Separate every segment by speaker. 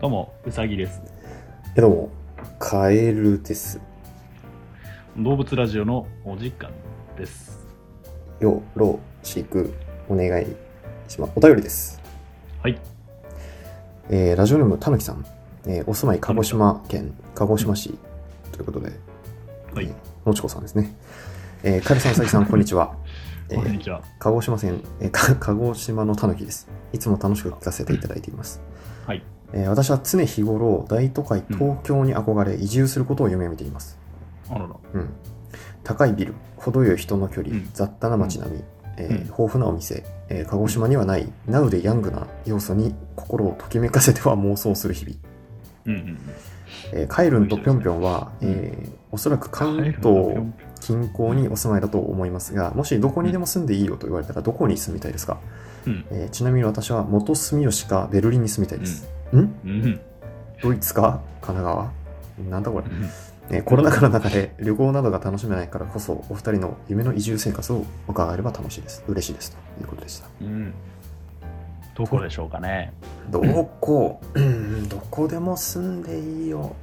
Speaker 1: どうも、うさぎです。
Speaker 2: えどうも、カエルです。
Speaker 1: 動物ラジオのお時間です。
Speaker 2: よろしくお願いします。お便りです。
Speaker 1: はい。
Speaker 2: えーラジオネームたぬきさん、えーお住まい鹿児島県鹿児島市ということで、
Speaker 1: はい
Speaker 2: えーのちこさんですね。えー、カエルさん、うさぎ さん、こんにちは。え
Speaker 1: こん
Speaker 2: ー
Speaker 1: にちは。
Speaker 2: 鹿児島県、えーか 鹿児島のたぬきです。いつも楽しく聞かせていただいています。
Speaker 1: はい。
Speaker 2: えー私は常日頃、大都会東京に憧れ、移住することを夢見ています。
Speaker 1: あらら。
Speaker 2: うん、高いビル程よい人の距離、
Speaker 1: うん
Speaker 2: 雑多な街並み、えー
Speaker 1: うん
Speaker 2: 豊富なお店、えー鹿児島にはないナウでヤングな要素に心をときめかせては妄想する日々、
Speaker 1: うんうん
Speaker 2: えーカエルンとぴょんぴょんは、
Speaker 1: うん
Speaker 2: えーおそらく
Speaker 1: うん。
Speaker 2: 関東近郊にお住まいだと思いますがもしどこにでも住んでいいよと言われたらどこに住みたいですか、
Speaker 1: うん
Speaker 2: えーちなみに私は元住吉かベルリンに住みたいです、ん
Speaker 1: うんうん。
Speaker 2: ドイツか神奈川なんだこれ
Speaker 1: うん
Speaker 2: えーコロナ禍の中で旅行などが楽しめないからこそお二人の夢の移住生活を伺えれば楽しいです嬉しいですということでした
Speaker 1: うん。どこでしょうかね。
Speaker 2: どこうんどこでも住んでいいよ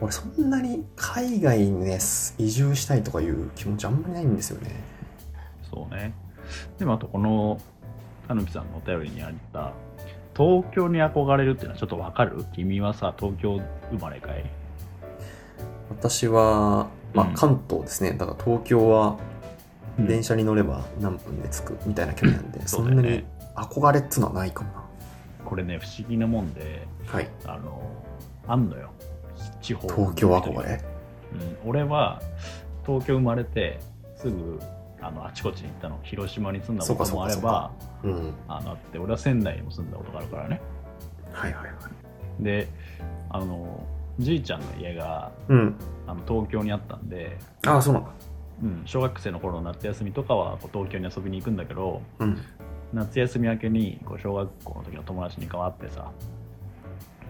Speaker 2: 俺そんなに海外にね移住したいとかいう気持ちあんまりないんですよね
Speaker 1: そうね。でもあとこのたぬきさんのお便りにあった東京に憧れるっていうのはちょっとわかる君はさ、東京生まれかい
Speaker 2: 私は、まあ
Speaker 1: うん、
Speaker 2: 関東ですねだから東京は
Speaker 1: うん
Speaker 2: 電車に乗れば何分で着くみたいな距離なんで、そ
Speaker 1: そうんだよ
Speaker 2: な
Speaker 1: ね
Speaker 2: に。憧れっつうのはないかもな
Speaker 1: これね、不思議なもんで、
Speaker 2: はい
Speaker 1: あの、あんのよ。地方の人には。
Speaker 2: 東京憧れ
Speaker 1: うん、俺は東京生まれてすぐあのあちこちに行ったの広島に住んだこともあれ
Speaker 2: そうか
Speaker 1: ば
Speaker 2: うん
Speaker 1: あのあって俺は仙台にも住んだことがあるからね
Speaker 2: はいはいはい
Speaker 1: であのじいちゃんの家が
Speaker 2: うん
Speaker 1: あの東京にあったんで、
Speaker 2: ああそうなんだ
Speaker 1: うん、小学生の頃の夏休みとかはこう東京に遊びに行くんだけど
Speaker 2: うん
Speaker 1: 夏休み明けにこう小学校の時の友達に代わってさ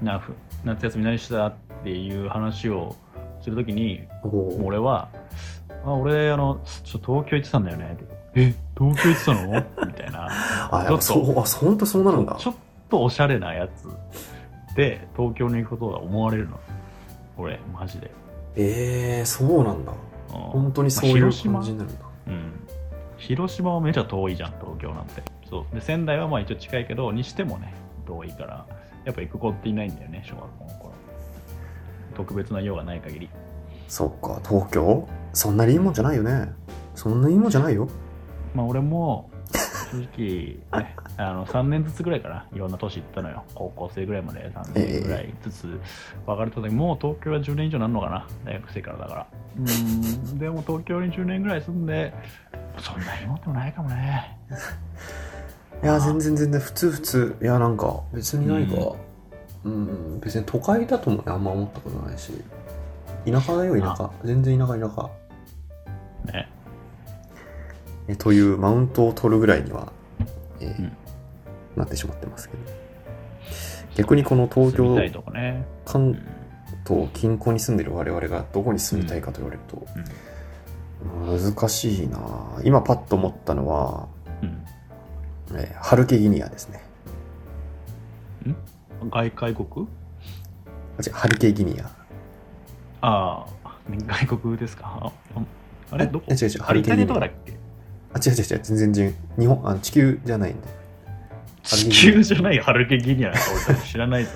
Speaker 1: なふ夏休み何したっていう話をするときに
Speaker 2: お
Speaker 1: もう
Speaker 2: お
Speaker 1: 俺は、あ俺あの、ちょっと東京行ってたんだよねって。え、東京行ってた のみたいな。
Speaker 2: あ、やっぱそう、あ、そう本当そうなるんだ。
Speaker 1: ちょっとおしゃれなやつで、東京に行くことが思われるの。俺、マジで。
Speaker 2: ええー、そうなんだ。
Speaker 1: うん
Speaker 2: 本当にそういう
Speaker 1: まあ広島
Speaker 2: 感じになるんだ。
Speaker 1: うん。広島はめちゃ遠いじゃん、東京なんて。そう。で、仙台はまあ一応近いけど、にしてもね、遠いから、やっぱ行く子っていないんだよね、小学校の頃。特別な用がない限り。
Speaker 2: そっか、東京そんなにいいもんじゃないよね。そんなにいいもんじゃないよ。
Speaker 1: まあ俺も正直、ね、 あの3年ずつぐらいかないろんな年行ったのよ高校生ぐらいまで3年ぐらいずつ別れた時もう東京は10年以上なんのかな大学生からだからうーんでも東京に10年ぐらい住んでそんなにもんでもないかもね
Speaker 2: いや、全然全然、普通普通。いや、なんか、別にないか。うん、別に都会だともね、あんま思ったことないし。田舎だよ、田舎。全然田舎、田舎。
Speaker 1: ね
Speaker 2: えというマウントを取るぐらいには、えー
Speaker 1: うん
Speaker 2: なってしまってますけど。逆にこの東
Speaker 1: 住み
Speaker 2: 京
Speaker 1: たいとかね、うん
Speaker 2: 関東近郊に住んでる我々がどこに住みたいかと言われると、
Speaker 1: うん
Speaker 2: 難しいな今パッと思ったのは、
Speaker 1: う
Speaker 2: えーハルケギニアですね
Speaker 1: ん、外外国
Speaker 2: あ違うハルケギニア
Speaker 1: ああ外国ですかああれ
Speaker 2: え
Speaker 1: どこ
Speaker 2: え違う違う
Speaker 1: あれイタリアとかだっけ
Speaker 2: あ違う違う違う全然日本あ地球じゃないんでハルケ
Speaker 1: 地
Speaker 2: ギニア
Speaker 1: 球じゃないハルケギニアなんか俺多分知らないぞ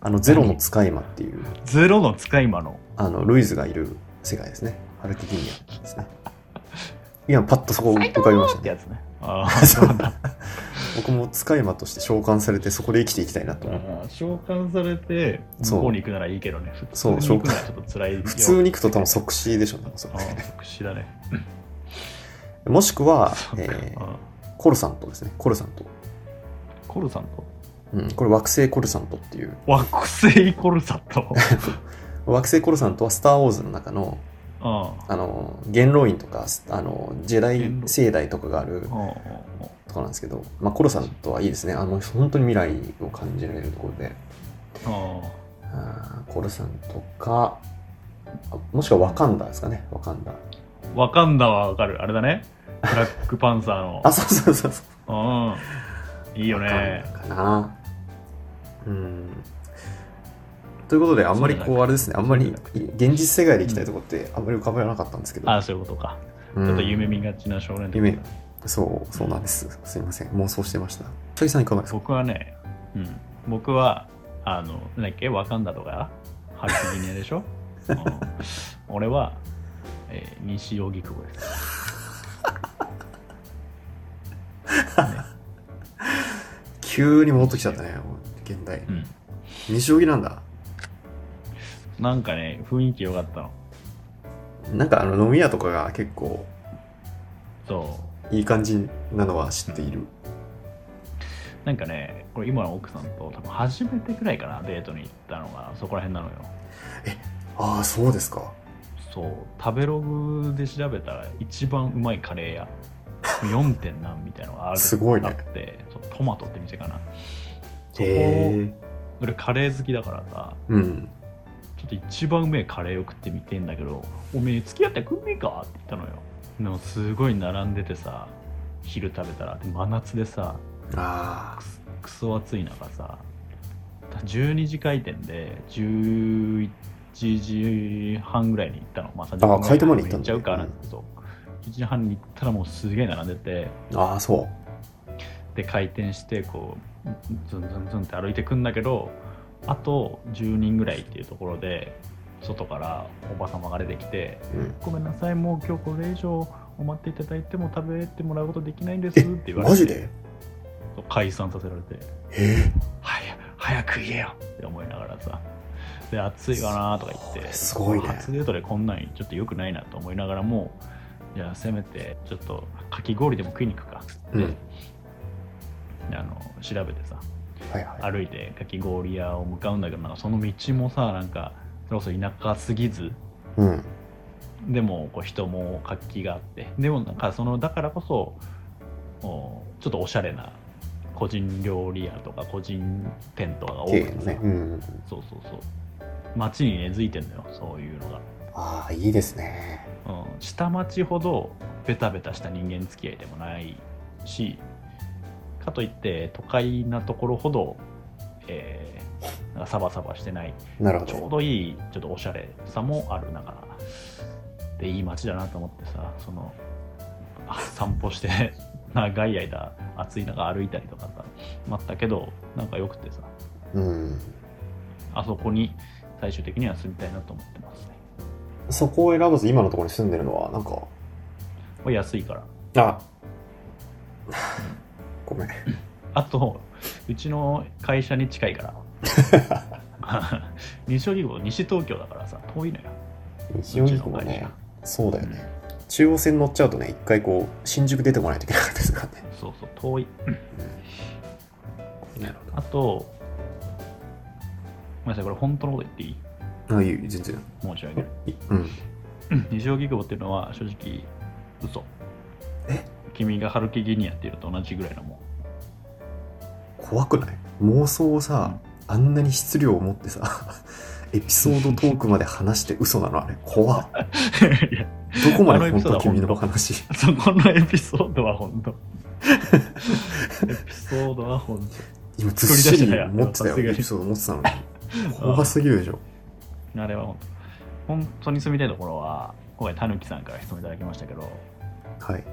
Speaker 2: あのゼロの使い魔っていう
Speaker 1: ゼロの使い魔の
Speaker 2: あのルイズがいる世界ですねハルケギニアですね今パッとそこを浮かびまし
Speaker 1: ったて
Speaker 2: ね
Speaker 1: やつね。ああ、そうなんだ。
Speaker 2: 僕も使い魔として召喚されてそこで生きていきたいなと思う
Speaker 1: 召喚されて、
Speaker 2: そう
Speaker 1: 向こうに行くならいいけどね。普通
Speaker 2: そう
Speaker 1: に行くならちょっと辛いよ。
Speaker 2: 普通に行くと多分即死でしょうねおそら
Speaker 1: あ
Speaker 2: く
Speaker 1: あ、即死だね。
Speaker 2: もしくは、
Speaker 1: そうか
Speaker 2: えー
Speaker 1: ああ
Speaker 2: コルサントですねコルサント、
Speaker 1: コルさんと
Speaker 2: うん、これ惑星コルサントっていう
Speaker 1: 惑星コルさん と。
Speaker 2: 惑星コルサンとは「スター・ウォーズ」の中の
Speaker 1: ああ
Speaker 2: あの元老院とかすあのジェダイ
Speaker 1: 元老
Speaker 2: 世代とかがある
Speaker 1: ああ
Speaker 2: ところなんですけど、まあ、コルサンとはいいですねあの本当に未来を感じられるところで
Speaker 1: ああ
Speaker 2: あーコルサンとかあもしくはワカンダですかねワカンダ
Speaker 1: わかんだはわかる。あれだね。ブラックパンサーの
Speaker 2: あそうそうそうそう
Speaker 1: うん。いいよね。
Speaker 2: ワカンダかなうんということであんまりこ
Speaker 1: そう
Speaker 2: う
Speaker 1: だ
Speaker 2: あれですねあんまり現実世界で行きたいとこってあんまり浮かばれなかったんですけど、
Speaker 1: ああ、そういうことか。
Speaker 2: うん
Speaker 1: ちょっと夢見がちな少年ってことだ
Speaker 2: 夢そうそうなんですすいません妄想してました佐々木さんいかがですか
Speaker 1: 僕はね、うん、僕は、あの、なんだっけ、ワカンダとか、ハルキギニアで しょ、うん俺は、えー西荻窪です。
Speaker 2: 急に戻ってきちゃったねもう現代
Speaker 1: うん。
Speaker 2: 西荻なんだ
Speaker 1: なんかね、雰囲気良かったの。
Speaker 2: なんかあの飲み屋とかが結構
Speaker 1: そ
Speaker 2: いい感じなのは知っている、
Speaker 1: う。なんかね、これ今の奥さんと多分初めてくらいかな、デートに行ったのが、そこら辺なのよ。
Speaker 2: ああそうですか
Speaker 1: そう、食べログで調べたら一番うまいカレー屋。4点なんみたいなのがある
Speaker 2: すごいね
Speaker 1: あってそうトマトって店かなそこ、
Speaker 2: へえ
Speaker 1: 俺カレー好きだからさ
Speaker 2: うん
Speaker 1: ちょっと一番うめえカレーを食ってみてんだけど、おめえ付き合ってくんねえかって言ったのよ。でもすごい並んでてさ、昼食べたら、で真夏でさ、
Speaker 2: あ
Speaker 1: くすクソ暑い中さ、12時開店で11時半ぐらいに行ったの。まあ、30分ぐら
Speaker 2: 開店まで行った
Speaker 1: 行
Speaker 2: ん
Speaker 1: っちゃ
Speaker 2: だ
Speaker 1: うかなって、そう。1時半に行ったらもうすげえ並んでて、
Speaker 2: あああそ
Speaker 1: で回転してこうズンズンズンって歩いてくんだけどあと10人ぐらいっていうところで外からおば様が出てきて
Speaker 2: う、うん
Speaker 1: 「ごめんなさいもう今日これ以上お待っていただいても食べてもらうことできないんです」って言われて
Speaker 2: マジで
Speaker 1: 解散させられて
Speaker 2: え
Speaker 1: 「早早く言えよ!」って思いながらさで暑いかなとか言って
Speaker 2: すごいね
Speaker 1: 初デートでこんなんちょっと良くないなと思いながらもじゃあせめてちょっとかき氷でも食いに行くかって、
Speaker 2: うん
Speaker 1: あの調べてさ
Speaker 2: はいはい
Speaker 1: 歩いてかき氷屋を向かうんだけどなんかその道もさなんかそれこそ田舎すぎず
Speaker 2: うん
Speaker 1: でもこう人も活気があってでもなんかそのだからこそおちょっとおしゃれな個人料理屋とか個人店とかが多く
Speaker 2: 経営
Speaker 1: て
Speaker 2: の
Speaker 1: さ、
Speaker 2: ねうん
Speaker 1: そうそうそう街に根付いてんのよそういうのが、
Speaker 2: ああいいですね
Speaker 1: うん、下町ほどベタベタした人間付き合いでもないしかといって都会なところほど、えーなんかサバサバしてない
Speaker 2: なるほ
Speaker 1: ちょう
Speaker 2: ど
Speaker 1: どいいちょっとおしゃれさもある中でいい街だなと思ってさそのあ散歩して 長い間暑い中歩いたりとかさ待ったけどなんか良くてさ
Speaker 2: うん
Speaker 1: あそこに最終的には住みたいなと思ってますね
Speaker 2: そこを選ばず今のところに住んでるのはなんか
Speaker 1: これ安いから
Speaker 2: あごめん
Speaker 1: あとうちの会社に近いから 西荻窪西東京だからさ遠いのよ
Speaker 2: 西荻窪ねそうだよ
Speaker 1: う
Speaker 2: ね中央線乗っちゃうとね一回こう新宿出てこないといけなかったですからね
Speaker 1: そうそう遠い
Speaker 2: なるほ
Speaker 1: あとごめんなさいこれ本当のこと言っていい
Speaker 2: どあいいよ全然
Speaker 1: 申し訳ない
Speaker 2: いうん
Speaker 1: 西荻窪っていうのは正直嘘
Speaker 2: え
Speaker 1: 君がハルキギニアっていうのと同じぐらいのも
Speaker 2: 怖くない妄想をさあんなに質量を持ってさ エピソードトークまで話して嘘なのあれ怖っ
Speaker 1: ん いや
Speaker 2: どこま
Speaker 1: あの
Speaker 2: で
Speaker 1: エピ
Speaker 2: 本
Speaker 1: ソード
Speaker 2: 当
Speaker 1: は
Speaker 2: 君の話
Speaker 1: そこのエピソードは本 当エピソードは本
Speaker 2: 今ずっし
Speaker 1: 作り出してた
Speaker 2: り
Speaker 1: よ
Speaker 2: 持ってたよ
Speaker 1: さすが
Speaker 2: エ
Speaker 1: に
Speaker 2: ピソード持ってたのに怖すぎるでしょ
Speaker 1: 当あれは本当本当に住みたいところは今回たぬきさんから質問いただきましたけど
Speaker 2: はい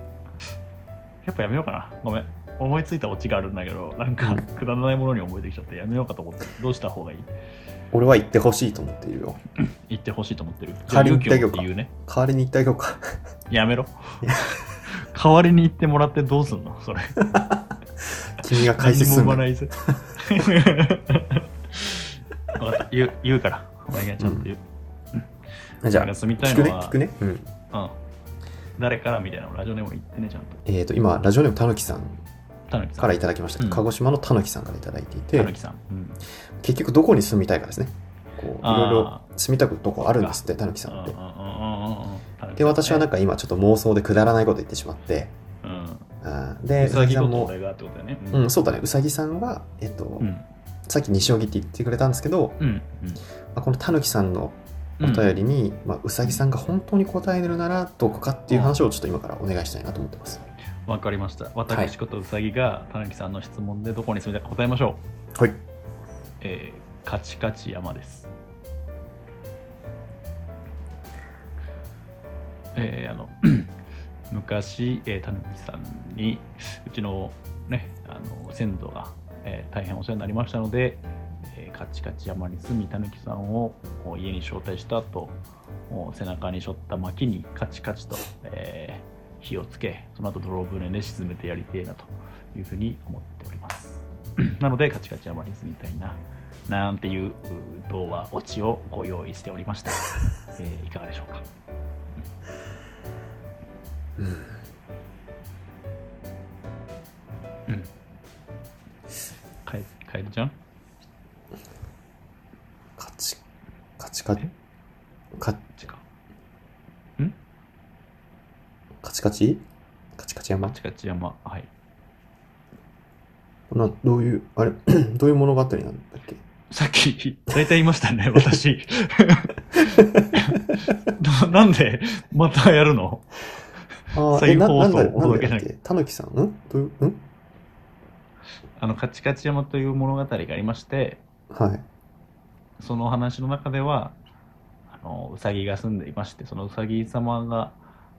Speaker 1: やっぱやめようかなごめん思いついたオチがあるんだけどなんかくだらないものに思えてきちゃってやめようかと思ってどうした方がいい
Speaker 2: 俺は行ってほしいと思っているよ
Speaker 1: 言ってほしいと思ってるじゃあ
Speaker 2: 仮に
Speaker 1: 勇気
Speaker 2: 言って
Speaker 1: を
Speaker 2: あげ
Speaker 1: 持って言う
Speaker 2: ようか
Speaker 1: ね
Speaker 2: 代わりに行ってあげようか
Speaker 1: やめろ代わりに言ってもらってどうすんのそれ
Speaker 2: 君が解説する
Speaker 1: 何も
Speaker 2: の
Speaker 1: 生ま ないぜ。わかった言う言うから、お前がちゃんと言う。
Speaker 2: じゃあ
Speaker 1: なんか住みたい
Speaker 2: 聞く
Speaker 1: の
Speaker 2: ね
Speaker 1: は
Speaker 2: 聞くね、うん
Speaker 1: うん誰からみたいなのラジオネーム言ってね、ちゃんと。
Speaker 2: えー、と今ラジオネームたぬきさん
Speaker 1: たぬきさん。
Speaker 2: からいただきました、
Speaker 1: うん
Speaker 2: 鹿児島のたぬきさんからいただいてい
Speaker 1: た
Speaker 2: て
Speaker 1: ぬきさん。うん
Speaker 2: 結局どこに住みたいかですねこうい
Speaker 1: あー
Speaker 2: ろいろ住みたくとこあるんですってたぬきさんって
Speaker 1: うんうんうんうんうん
Speaker 2: で私はなん
Speaker 1: か、
Speaker 2: か今ちょっと妄想でくだらないこと言ってしまって、
Speaker 1: うん。
Speaker 2: あーで
Speaker 1: うさぎ
Speaker 2: さ
Speaker 1: こ
Speaker 2: ん
Speaker 1: と
Speaker 2: も
Speaker 1: 俺がってことだよね。う
Speaker 2: うん、そうだねうさぎさんは、えっと
Speaker 1: うん。
Speaker 2: さっき西荻って言ってくれたんですけど、
Speaker 1: うん。
Speaker 2: まあこのたぬきさんのお
Speaker 1: うん。
Speaker 2: 便りに、まあ、うさぎさんが本当に答えれるならどこかっていう話をちょっと今からお願いしたいなと思ってます、
Speaker 1: わかりました。私ことうさぎがたぬきさんの質問でどこに住みたいか答えましょう。
Speaker 2: はい
Speaker 1: えーカチカチ山です。えーあの 昔、えー、たぬきさんにうちの,、ね、あの先祖が、えー大変お世話になりましたので、えーカチカチ山に住みたぬきさんをこう家に招待した後もう背中に背負った薪にカチカチと、えー火をつけその後泥船で沈めてやりてえなというふうに思っております なのでカチカチ山に住みたいななんていうう童話オチをご用意しており ました、えーいかがでしょうか
Speaker 2: うん
Speaker 1: うんかえかえるちゃん
Speaker 2: カチカチカチ
Speaker 1: え
Speaker 2: カ
Speaker 1: 違う
Speaker 2: カチカチカチカチ
Speaker 1: カ
Speaker 2: 山
Speaker 1: チカチ山はい
Speaker 2: などういうあれ どういう物語なんだっけ
Speaker 1: さっき大体言いましたね私 ななんでまたやるの
Speaker 2: ああ、
Speaker 1: 再
Speaker 2: え、な、
Speaker 1: 放
Speaker 2: なん
Speaker 1: 送
Speaker 2: だ、な
Speaker 1: お
Speaker 2: ん
Speaker 1: 届け
Speaker 2: だっ
Speaker 1: じゃ
Speaker 2: けたぬきさんんどういう、ん
Speaker 1: あのカチカチ山という物語がありまして
Speaker 2: はい。
Speaker 1: その話の中ではあのうさぎが住んでいましてそのうさぎ様が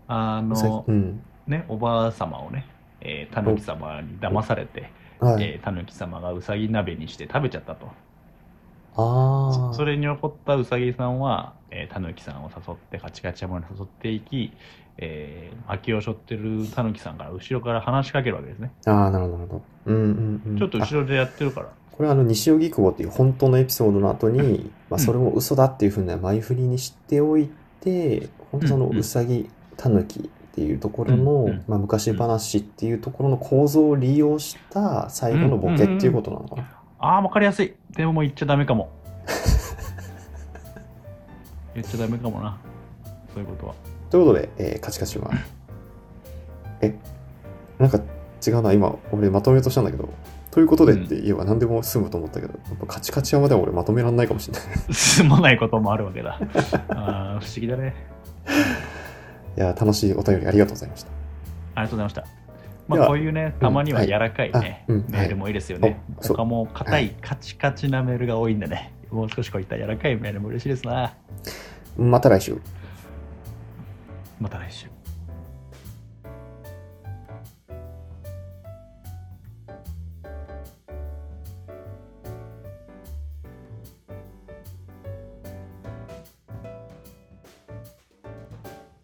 Speaker 1: あ
Speaker 2: さ
Speaker 1: の
Speaker 2: う、ん。
Speaker 1: ね、おばあ様をね、えー、タヌキ様に騙されて、
Speaker 2: はい。
Speaker 1: えー、タヌキ様がうさぎ鍋にして食べちゃったと
Speaker 2: あ
Speaker 1: そ
Speaker 2: あ。
Speaker 1: それに怒ったうさぎさんは、えー、たぬきさんを誘ってカチカチ山に誘っていき、えー、薪を背負ってるたぬきさんから後ろから話しかけるわけですね、
Speaker 2: ああ、なるほど、なるほど。うんうんうん。
Speaker 1: ちょっと
Speaker 2: あ
Speaker 1: 後ろでやってるから
Speaker 2: これはあの、西荻窪っていう本当のエピソードの後に、ま
Speaker 1: ん
Speaker 2: あ、それも嘘だっていうふうな前振りにしておいて、本当その
Speaker 1: うんうん
Speaker 2: うさぎ、たぬきっていうところ
Speaker 1: うんう
Speaker 2: の
Speaker 1: ん、
Speaker 2: まあ、昔話っていうところの構造を利用した最後のボケっていうことなのかな。
Speaker 1: ああ分かりやすいでももう言っちゃダメ かも言っちゃダメかもなそういうことは
Speaker 2: ということで、えーカチカチは。え、なんか違うな、今、俺まとめようとしたんだけど、ということでって言えば何でも済むと思ったけど、やっぱカチカチ山では俺まとめらんないかもしれない。
Speaker 1: 進まないこともあるわけだあー不思議だね
Speaker 2: いやー、楽しいお便りありがとうございました。
Speaker 1: ありがとうございました。
Speaker 2: で
Speaker 1: まあ、
Speaker 2: は
Speaker 1: こういうね、たまには
Speaker 2: はい
Speaker 1: 柔らかいね、
Speaker 2: あうん
Speaker 1: メールもいいですよね。
Speaker 2: おそう
Speaker 1: 他も硬
Speaker 2: はい
Speaker 1: カチカチなメールが多いんでね、もう少しこういった柔らかいメールも嬉しいですな。
Speaker 2: また来週。
Speaker 1: また来週。